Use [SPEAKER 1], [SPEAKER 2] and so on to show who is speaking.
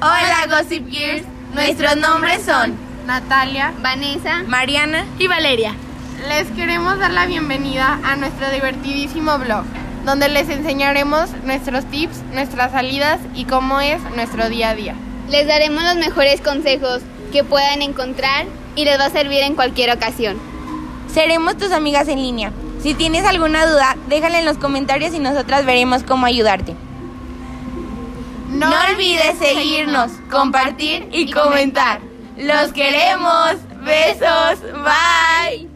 [SPEAKER 1] Hola Gossip Gears, nuestros nombres son
[SPEAKER 2] Natalia,
[SPEAKER 3] Vanessa,
[SPEAKER 1] Mariana
[SPEAKER 4] y Valeria.
[SPEAKER 2] Les queremos dar la bienvenida a nuestro divertidísimo blog, donde les enseñaremos nuestros tips, nuestras salidas y cómo es nuestro día a día.
[SPEAKER 3] Les daremos los mejores consejos que puedan encontrar y les va a servir en cualquier ocasión.
[SPEAKER 1] Seremos tus amigas en línea. Si tienes alguna duda, déjala en los comentarios y nosotras veremos cómo ayudarte. No, no olvides seguirnos, compartir y comentar. Los queremos. Besos. Bye.